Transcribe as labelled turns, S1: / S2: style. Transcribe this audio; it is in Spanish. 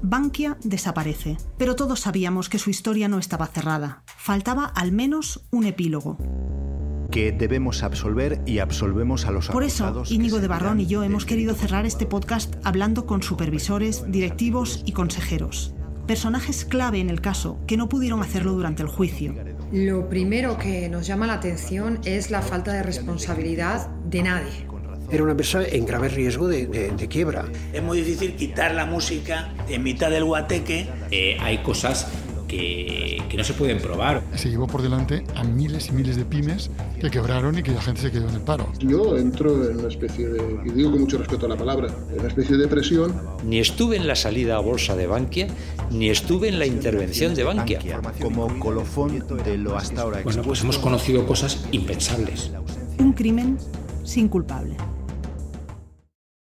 S1: Bankia desaparece, pero todos sabíamos que su historia no estaba cerrada. Faltaba al menos un epílogo.
S2: que debemos absolver y absolvemos a los
S1: Por eso,
S2: acusados que
S1: Íñigo de
S2: servirán
S1: Barrón y yo
S2: de
S1: hemos querido
S2: delito.
S1: cerrar este podcast hablando con supervisores, directivos y consejeros. Personajes clave en el caso que no pudieron hacerlo durante el juicio.
S3: Lo primero que nos llama la atención es la falta de responsabilidad de nadie.
S4: Era una empresa en grave riesgo de, de- de quiebra.
S5: Es muy difícil quitar la música en mitad del guateque.
S6: Eh, hay cosas que, que no se pueden probar.
S7: Se llevó por delante a miles y miles de pymes que quebraron y que la gente se quedó en el paro.
S8: Yo entro en una especie de, y digo con mucho respeto a la palabra, en una especie de depresión
S9: Ni estuve en la salida a bolsa de Bankia, ni estuve en la intervención de Bankia.
S2: Como colofón de lo hasta ahora
S6: Bueno, pues hemos conocido cosas impensables.
S1: Un crimen sin culpable.